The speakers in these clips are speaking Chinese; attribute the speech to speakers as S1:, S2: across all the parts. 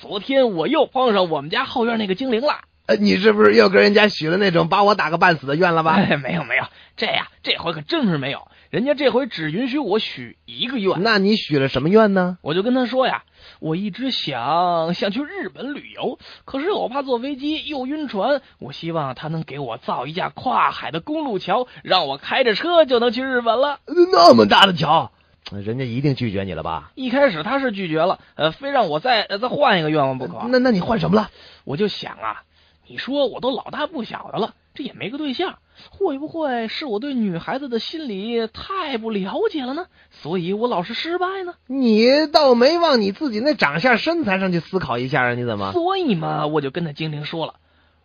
S1: 昨天我又碰上我们家后院那个精灵了。
S2: 呃，你是不是又跟人家许了那种把我打个半死的愿了吧？
S1: 哎，没有没有，这呀这回可真是没有，人家这回只允许我许一个愿。
S2: 那你许了什么愿呢？
S1: 我就跟他说呀，我一直想想去日本旅游，可是我怕坐飞机又晕船，我希望他能给我造一架跨海的公路桥，让我开着车就能去日本了。
S2: 那么大的桥，人家一定拒绝你了吧？
S1: 一开始他是拒绝了，呃，非让我再、呃再换一个愿望不可。
S2: 那那你换什么了？
S1: 我就想啊，你说我都老大不小的了，这也没个对象，会不会是我对女孩子的心理太不了解了呢？所以我老是失败呢？
S2: 你倒没往你自己那长相、身材上去思考一下啊？你怎么？
S1: 所以嘛，我就跟那精灵说了，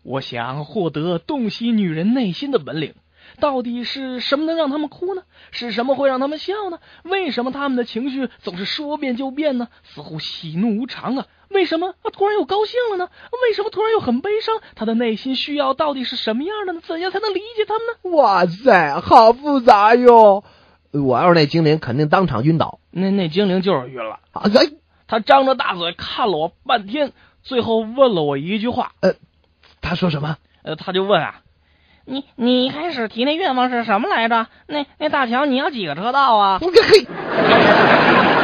S1: 我想获得洞悉女人内心的本领。到底是什么能让他们哭呢？是什么会让他们笑呢？为什么他们的情绪总是说变就变呢？似乎喜怒无常啊！为什么啊突然又高兴了呢？为什么突然又很悲伤？他的内心需要到底是什么样的呢？怎样才能理解他们呢？
S2: 哇塞，好复杂哟！我要是那精灵，肯定当场晕倒。
S1: 那那精灵就是晕了，
S2: 啊，哎，
S1: 他张着大嘴看了我半天，最后问了我一句话，
S2: 他说什么？
S1: 呃，他就问啊，你你一开始提那愿望是什么来着？那那大桥你要几个车道啊？
S2: 我个嘿，